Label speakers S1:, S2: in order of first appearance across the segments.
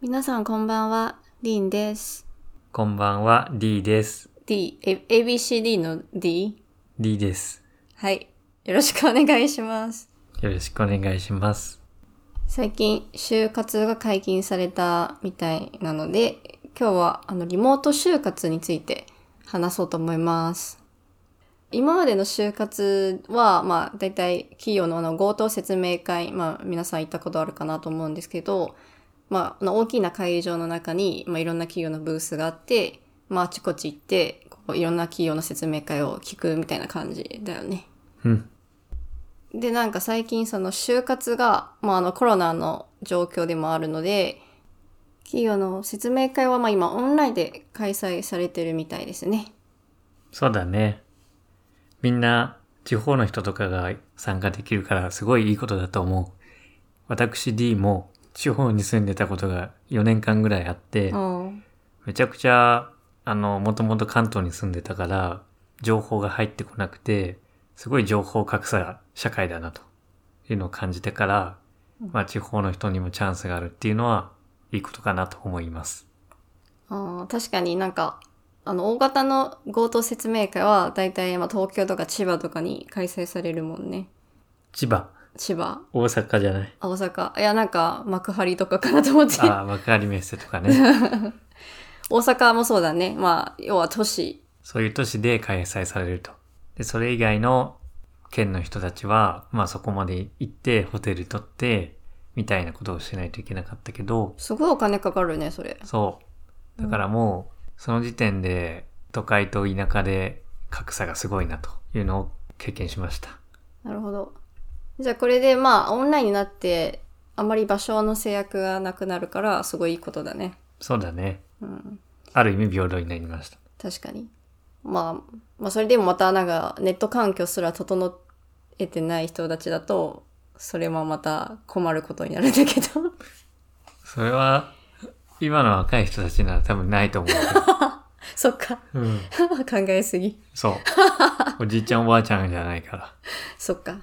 S1: 皆さんこんばんは、リンです。
S2: こんばんは、D です。
S1: D、A- ABCD の D?
S2: D です。
S1: はい。よろしくお願いします。
S2: よろしくお願いします。
S1: 最近、就活が解禁されたみたいなので、今日はあのリモート就活について話そうと思います。今までの就活は、まあ、大体企業のあの強盗説明会、まあ、皆さん行ったことあるかなと思うんですけど、まあ、あの大きな会場の中に、まあ、いろんな企業のブースがあって、まあ、あちこち行って、こういろんな企業の説明会を聞くみたいな感じだよね。
S2: うん。
S1: で、なんか最近その就活が、まああのコロナの状況でもあるので、企業の説明会はまあ今オンラインで開催されてるみたいですね。
S2: そうだね。みんな、地方の人とかが参加できるから、すごいいいことだと思う。私 D も、地方に住んでたことが4年間ぐらいあって、
S1: うん。
S2: めちゃくちゃ、あの、もともと関東に住んでたから、情報が入ってこなくて、すごい情報格差が社会だなというのを感じてから、まあ地方の人にもチャンスがあるっていうのは、いいことかなと思います。
S1: あー確かになんか、あの大型の強盗説明会は大体まあ東京とか千葉とかに開催されるもんね。
S2: 千葉、
S1: 千葉、
S2: 大阪じゃない。
S1: 大阪。いやなんか幕張とかかなと思って。
S2: ああ、幕張メッセとかね。
S1: 大阪もそうだね。まあ要は都市。
S2: そういう都市で開催されると。で、それ以外の県の人たちは、まあそこまで行って、ホテル取って、みたいなことをしないといけなかったけど、
S1: すごいお金かかるね、それ。
S2: そう。だからもう、その時点で都会と田舎で格差がすごいなというのを経験しました。
S1: なるほど。じゃあこれでまあオンラインになってあまり場所の制約がなくなるからすごいいいことだね。
S2: そうだね。
S1: うん、
S2: ある意味平等になりました。
S1: 確かに。まあ、まあそれでもまたなんかネット環境すら整えてない人たちだとそれもまた困ることになるんだけど。
S2: それは、今の若い人たちなら多分ないと思うけど。
S1: そっか。
S2: うん。
S1: 考えすぎ。
S2: そう。おじいちゃんおばあちゃんじゃないから。
S1: そっか。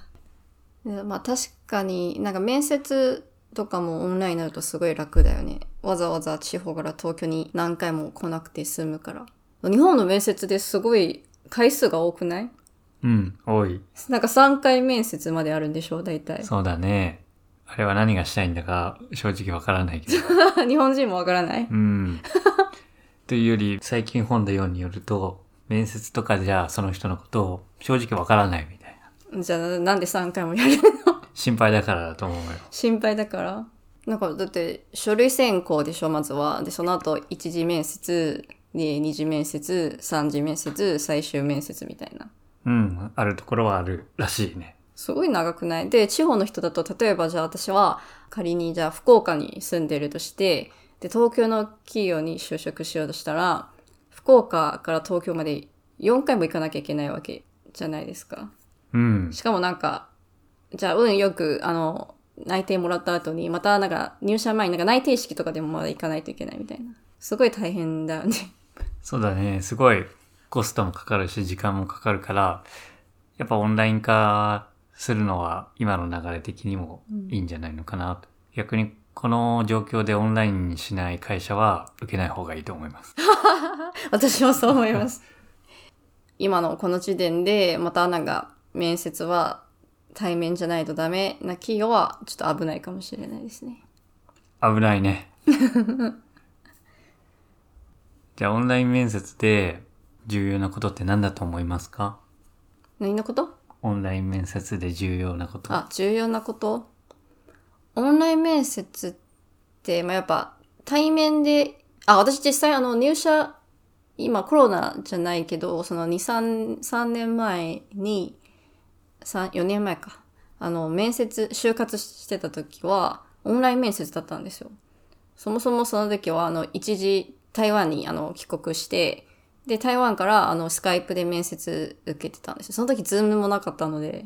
S1: でまあ確かになんか面接とかもオンラインになるとすごい楽だよね。わざわざ地方から東京に何回も来なくて済むから。日本の面接ですごい回数が多くない
S2: うん、多い。
S1: なんか3回面接まであるんでしょ大体。
S2: そうだね。あれは何がしたいんだか正直わからないけ ど。
S1: 日本人もわからない
S2: うん。というより、最近本だようによると、面接とかじゃその人のことを正直わからないみたいな。
S1: じゃあなんで3回もやる
S2: 心配だからだと思うよ。
S1: 心配だから。なんかだって書類選考でしょまずは。で、その後1次面接、で2次面接、3次面接、最終面接みたいな。
S2: うん、あるところはあるらしいね。
S1: すごい長くないで、地方の人だと、例えばじゃあ私は仮にじゃあ福岡に住んでるとして、で、東京の企業に就職しようとしたら、福岡から東京まで4回も行かなきゃいけないわけじゃないですか。
S2: うん。
S1: しかもなんか、じゃあ運よく、あの、内定もらった後に、またなんか入社前になんか内定式とかでもまだ行かないといけないみたいな。すごい大変だよね。
S2: そうだね。すごいコストもかかるし、時間もかかるから、やっぱオンライン化するのは今の流れ的にもいいんじゃないのかなと。逆にこの状況でオンラインにしない会社は受けない方がいいと思います。
S1: 私もそう思います。 今のこの時点で、またなんか面接は対面じゃないとダメな企業はちょっと危ないかもしれないですね。
S2: 危ないね。 じゃあオンライン面接で重要なことって何だと思いますか
S1: 何のこと
S2: オンライン面接で重要なこと。
S1: あ、重要なことオンライン面接って、まあ、やっぱ対面で、あ、私実際あの入社、今コロナじゃないけど、その2、3、3年前に、三4年前か。あの、面接、就活してた時は、オンライン面接だったんですよ。そもそもその時は、あの、一時台湾にあの帰国して、で、台湾からあのスカイプで面接受けてたんですよ。その時ズームもなかったので、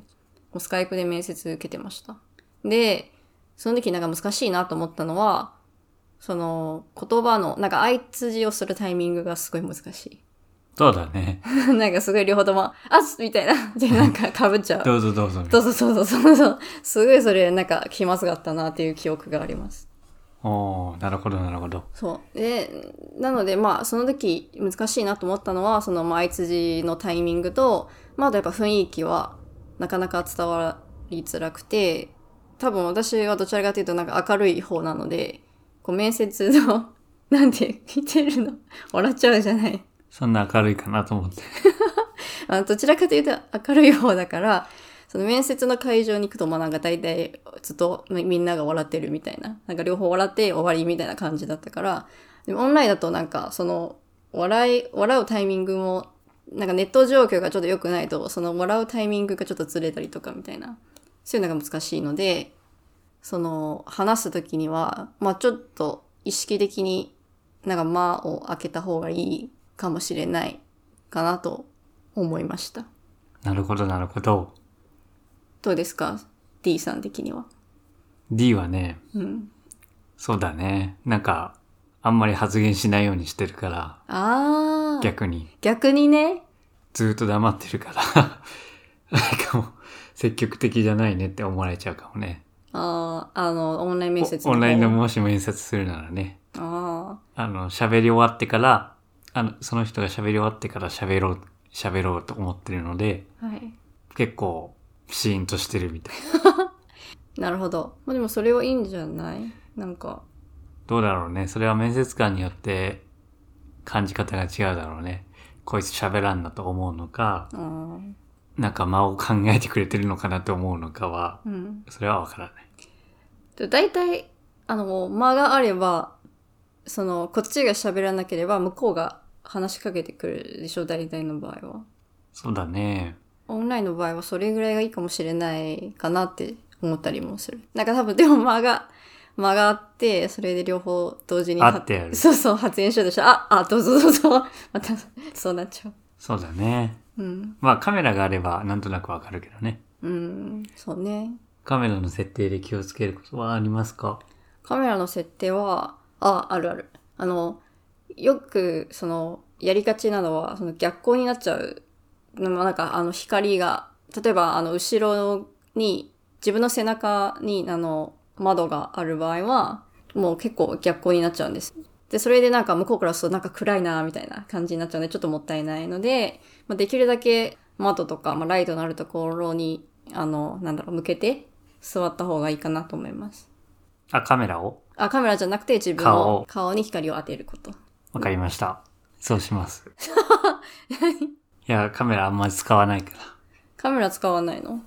S1: もうスカイプで面接受けてました。で、その時なんか難しいなと思ったのは、その言葉の、なんか相辻をするタイミングがすごい難しい。
S2: そうだね。
S1: なんかすごい両方とも、あっみたいな。 で、なんか被っちゃう。
S2: どうぞ どうぞ。
S1: そうそうそうそうそう。すごいそれ、なんか気まずかったなっていう記憶があります。
S2: おーなるほど、なるほど。
S1: そう。で、なので、まあ、その時難しいなと思ったのは、その、まあ、相辻のタイミングと、まあ、あとやっぱ雰囲気は、なかなか伝わりづらくて、多分私はどちらかというと、なんか明るい方なので、こう、面接の、 なんて、見てるの、笑っちゃうじゃない。
S2: そんな明るいかなと思って。
S1: あどちらかというと明るい方だから、その面接の会場に行くと、まあなんか大体ずっとみみんなが笑ってるみたいな、なんか両方笑って終わりみたいな感じだったから、でもオンラインだとなんかその笑い、笑うタイミングも、なんかネット状況がちょっと良くないと、その笑うタイミングがちょっとずれたりとかみたいな、そういうのが難しいので、その話すときには、まあちょっと意識的になんか間を開けた方がいいかもしれないかなと思いました。
S2: なるほど、なるほど。
S1: どうですか ?D さん的には。
S2: D はね、
S1: うん。
S2: そうだね。なんか、あんまり発言しないようにしてるから、
S1: ああ。
S2: 逆に。
S1: 逆にね。
S2: ずーっと黙ってるから、 なんかもう、積極的じゃないねって思われちゃうかもね。
S1: ああ、あの、オンライン面接
S2: おオンラインで
S1: の方。
S2: もし面接するならね、
S1: あ
S2: あの、喋り終わってから、あの、その人が喋り終わってから喋ろう、喋ろうと思ってるので、
S1: あ。はい。
S2: 結構、シーンとしてるみたい。
S1: なるほど。まあでもそれはいいんじゃないなんか。
S2: どうだろうね。それは面接官によって感じ方が違うだろうね。こいつ喋らんなと思うのか、
S1: あー
S2: なんか間を考えてくれてるのかなと思うのかは、
S1: うん。
S2: それはわからない。
S1: で大体、あの、間があれば、その、こっちが喋らなければ向こうが話しかけてくるでしょ大体の場合は。
S2: そうだね。
S1: オンラインの場合はそれぐらいがいいかもしれないかなって思ったりもする。なんか多分でも間が、間があって、それで両方同時に
S2: あってやる
S1: そうそう、発言しようとしたら、あ、あ、どうぞどうぞ。また、そうなっちゃ
S2: そうだね。
S1: う。うん。
S2: まあカメラがあればなんとなくわかるけどね。
S1: うん、そうね。
S2: カメラの設定で気をつけることはありますか
S1: カメラの設定は、あ、あるある。あの、よく、その、やりがちなのは、その逆光になっちゃう。のもなんか、あの、光が、例えば、あの、後ろに、自分の背中に、あの、窓がある場合は、もう結構逆光になっちゃうんです。で、それでなんか向こうからするとなんか暗いなみたいな感じになっちゃうので、ちょっともったいないので、まあ、できるだけ窓とか、まあ、ライトのあるところに、あの、なんだろう、向けて座った方がいいかなと思います。
S2: あ、カメラを
S1: あ、カメラじゃなくて自分
S2: 顔
S1: の
S2: を
S1: 顔に光を当てること。
S2: わかりました。そうします。いや、カメラあんまり使わないから。
S1: カメラ使わないの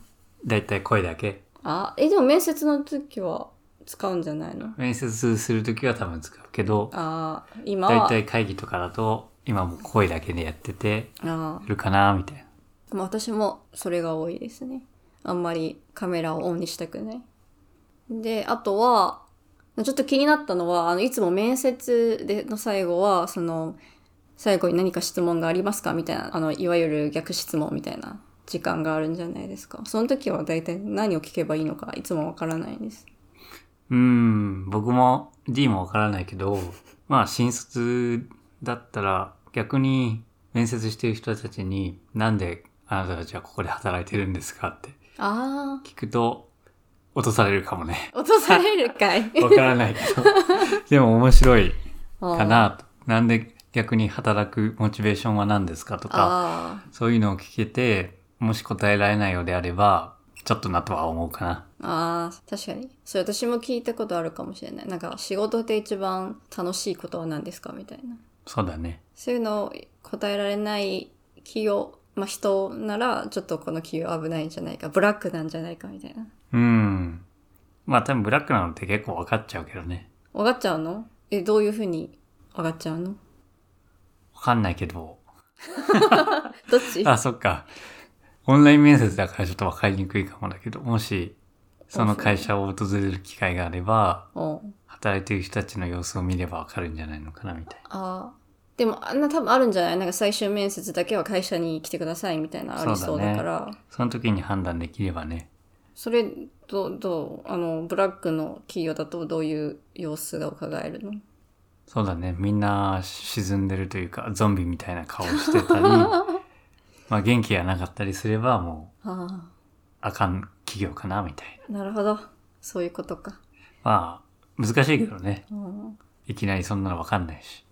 S2: だいたい声だけ。
S1: あ、え、でも面接の時は使うんじゃないの
S2: 面接するときは多分使うけど、
S1: あー今
S2: だ
S1: はい
S2: たい会議とかだと、今もう声だけでやってて、
S1: あ
S2: るかなみたいな。
S1: ーまあ私もそれが多いですね。あんまりカメラをオンにしたくない。で、あとは、ちょっと気になったのは、あの、いつも面接での最後は、その、最後に何か質問がありますかみたいな、あの、いわゆる逆質問みたいな時間があるんじゃないですか。その時は大体何を聞けばいいのか、いつもわからないんです。
S2: うーん、僕も D もわからないけど、まあ新卒だったら逆に面接してる人たちに、なんであなたたちはここで働いてるんですかって
S1: ああ。
S2: 聞くと、落とされるか も ね。
S1: 落とされるかい
S2: わからないけど。でも面白いか
S1: あ
S2: なと。なんで逆に働くモチベーションは何ですかとか、
S1: あ
S2: そういうのを聞けて、もし答えられないようであれば、ちょっとなとは思うかな。
S1: ああ確かにそれ私も聞いたことあるかもしれないなんか仕事で一番楽しいことは何ですかみたいな
S2: そうだね。
S1: そういうのを答えられない企業まあ人ならちょっとこの企業危ないんじゃないかブラックなんじゃないかみたいな
S2: うん。まあ多分ブラックなのって結構分かっちゃうけどね。
S1: 分かっちゃうのえどういうふうに分かっちゃうの
S2: 分かんないけど。
S1: どっち
S2: あ、そっか。オンライン面接だからちょっと分かりにくいかもだけど、もし、その会社を訪れる機会があれば、
S1: おう
S2: 働いてる人たちの様子を見れば分かるんじゃないのかな、みたい
S1: ああでもあんな多分あるんじゃないなんか最終面接だけは会社に来てくださいみたいなありそうだから
S2: な。その時に判断できればね。
S1: それどうどうあのブラックの企業だとどういう様子が伺えるの
S2: そうだね。みんな沈んでるというか、ゾンビみたいな顔して たり、まあ元気がなかったりすれば、もう、
S1: あ
S2: あかん企業かな、みたい
S1: あ
S2: な。
S1: なるほどそういうことか
S2: まあ、難しいけどね。
S1: うん、
S2: いきなりそんなのわかんないし。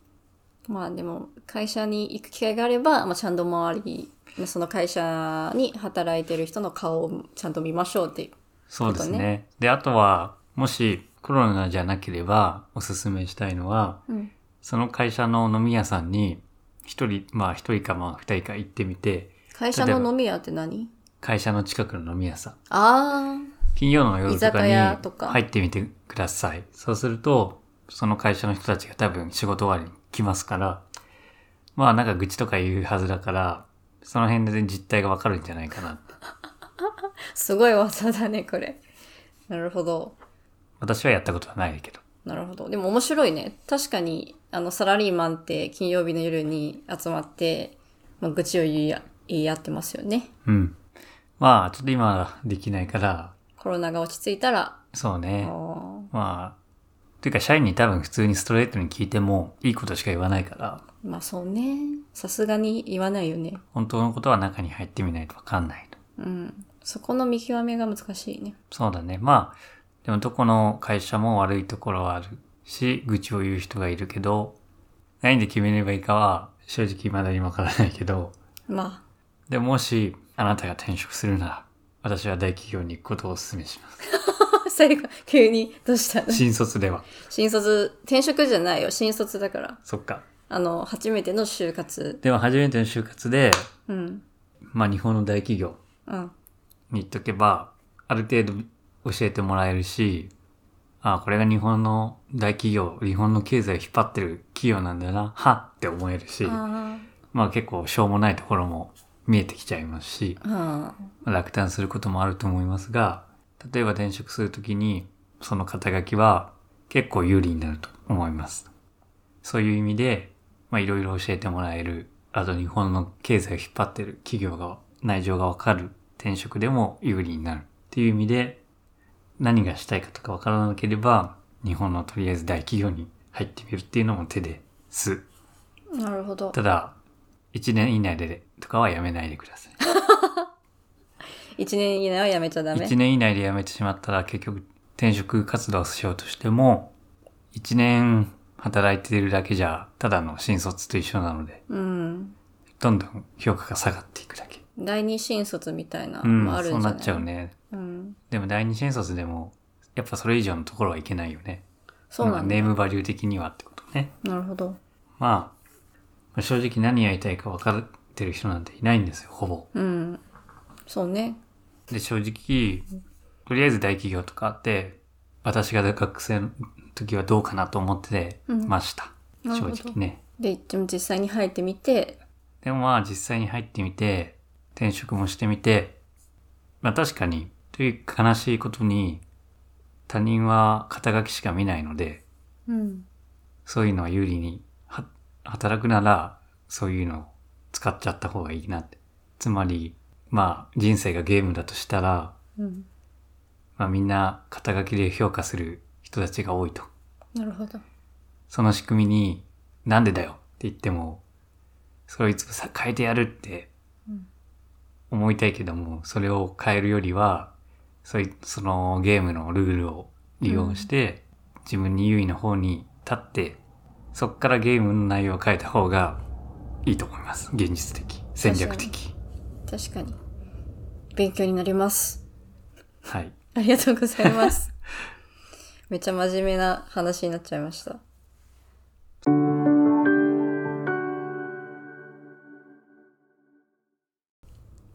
S1: まあでも、会社に行く機会があれば、まあ、ちゃんと周り、その会社に働いてる人の顔をちゃんと見ましょうっていう。
S2: そうですね。
S1: こと
S2: で、あとは、もしコロナじゃなければおすすめしたいのは、
S1: うん。
S2: その会社の飲み屋さんに、一人、まあ一人かまあ二人か行ってみて、
S1: 会社の飲み屋って何
S2: 会社の近くの飲み屋さん、
S1: あ
S2: 金曜の夜と
S1: 居酒屋と
S2: か
S1: か
S2: に入ってみてください。そうすると、その会社の人たちが多分仕事終わりに来ますから、まあなんか愚痴とか言うはずだから、その辺で実態がわかるんじゃないかなって。
S1: あ、すごい技だね、これ。なるほど。
S2: 私はやったことはないけど。
S1: なるほど。でも面白いね。確かに、あの、サラリーマンって金曜日の夜に集まって、まあ、愚痴を言いや言い合ってますよね。
S2: うん。まあちょっと今はできないから、
S1: コロナが落ち着いたら、
S2: そう
S1: あ
S2: ね。
S1: ー
S2: まあ、というか社員に多分普通にストレートに聞いてもいいことしか言わないから、
S1: まあそうね。さすがに言わないよね。
S2: 本当のことは中に入ってみないとわかんないと。
S1: うん。そこの見極めが難しいね。
S2: そうだね。まあ、でもどこの会社も悪いところはあるし、愚痴を言う人がいるけど、何で決めればいいかは正直まだにわからないけど、
S1: まあ、
S2: でももしあなたが転職するなら、私は大企業に行くことをお勧めします。
S1: 最後、急に、どうしたの
S2: 新卒では。
S1: 新卒、転職じゃないよ。新卒だから。
S2: そっか。
S1: あの、初めての就活。
S2: でも初めての就活で、
S1: うん。
S2: まあ日本の大企業
S1: うん。
S2: に行っとけば、ある程度教えてもらえるし、ああ、これが日本の大企業、日本の経済を引っ張ってる企業なんだな、はって思えるし、
S1: あ
S2: まあ結構しょうもないところも見えてきちゃいますし、
S1: あ。ああ。
S2: まあ落胆することもあると思いますが、例えば転職するときに、その肩書きは結構有利になると思います。そういう意味で、まあいろいろ教えてもらえる、あと日本の経済を引っ張ってる企業が、内情がわかる転職でも有利になるっていう意味で、何がしたいかとかわからなければ、日本のとりあえず大企業に入ってみるっていうのも手です。
S1: なるほど。
S2: ただ、1年以内でとかはやめないでください。
S1: 一年以内はやめちゃダメ。
S2: 1年以内で辞めてしまったら結局転職活動をしようとしても、1年働いているだけじゃただの新卒と一緒なので、
S1: うん。
S2: どんどん評価が下がっていくだけ。
S1: 第二新卒みたいな、
S2: うん、
S1: まあ、ある
S2: そうん
S1: じ
S2: な
S1: ゃない
S2: っちゃう。ね。
S1: うん。
S2: でも第二新卒でも、やっぱそれ以上のところはいけないよね。
S1: そうなんだ。
S2: ネームバリュー的にはってことね。
S1: なるほど。
S2: まあ、正直何やりたいか分かってる人なんていないんですよ、ほぼ。
S1: うん。そうね。
S2: で、正直、とりあえず大企業とかあって、私が学生の時はどうかなと思って
S1: うん
S2: ました。
S1: なる
S2: 正
S1: ほど
S2: 直ね。
S1: で、でも実際に入ってみて、
S2: でもまあ実際に入ってみて、転職もしてみて、まあ確かに、という悲しいことに、他人は肩書きしか見ないので、
S1: うん。
S2: そういうのは有利には働くなら、そういうのを使っちゃった方がいいなって。つまり、まあ人生がゲームだとしたら、
S1: うん。
S2: まあ、みんな肩書きで評価する人たちが多いと。
S1: なるほど。
S2: その仕組みに、なんでだよって言っても、そいつさ変えてやるって
S1: うん
S2: 思いたいけども、それを変えるよりは、そいそのゲームのルールを利用して、自分に優位の方に立って、そっからゲームの内容を変えた方がいいと思います。現実的、戦略的。
S1: 確かに。勉強になります。
S2: はい。
S1: ありがとうございます。 めっちゃ真面目な話になっちゃいました。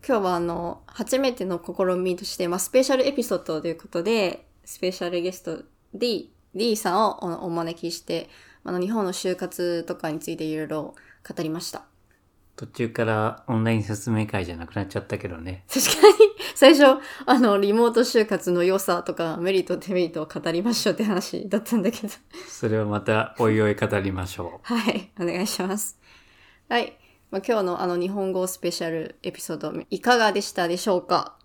S1: 今日はあの、初めての試みとして、まあ、スペシャルエピソードということで、スペシャルゲスト D、D さんをおお招きして、あの、日本の就活とかについていろいろ語りました。
S2: 途中からオンライン説明会じゃなくなっちゃったけどね。
S1: 確かに、最初、あの、リモート就活の良さとか、メリット、デメリットを語りましょうって話だったんだけど。
S2: それはまたおいおい語りましょう。
S1: はい、お願いします。はい。まあ、今日のあの日本語スペシャルエピソードいかがでしたでしょうか、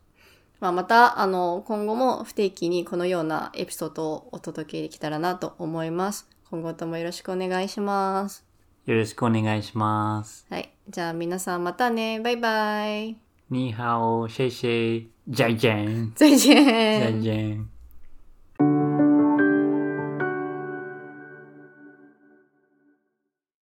S1: まあ、またあの今後も不定期にこのようなエピソードをお届けできたらなと思います。今後ともよろしくお願いします。
S2: よろしくお願いします。
S1: はい。じゃあ皆さんまたね。バイバイ。
S2: にーハオ、シェイシェイ、じゃいじゃん。
S1: 再见。
S2: じゃいじゃん。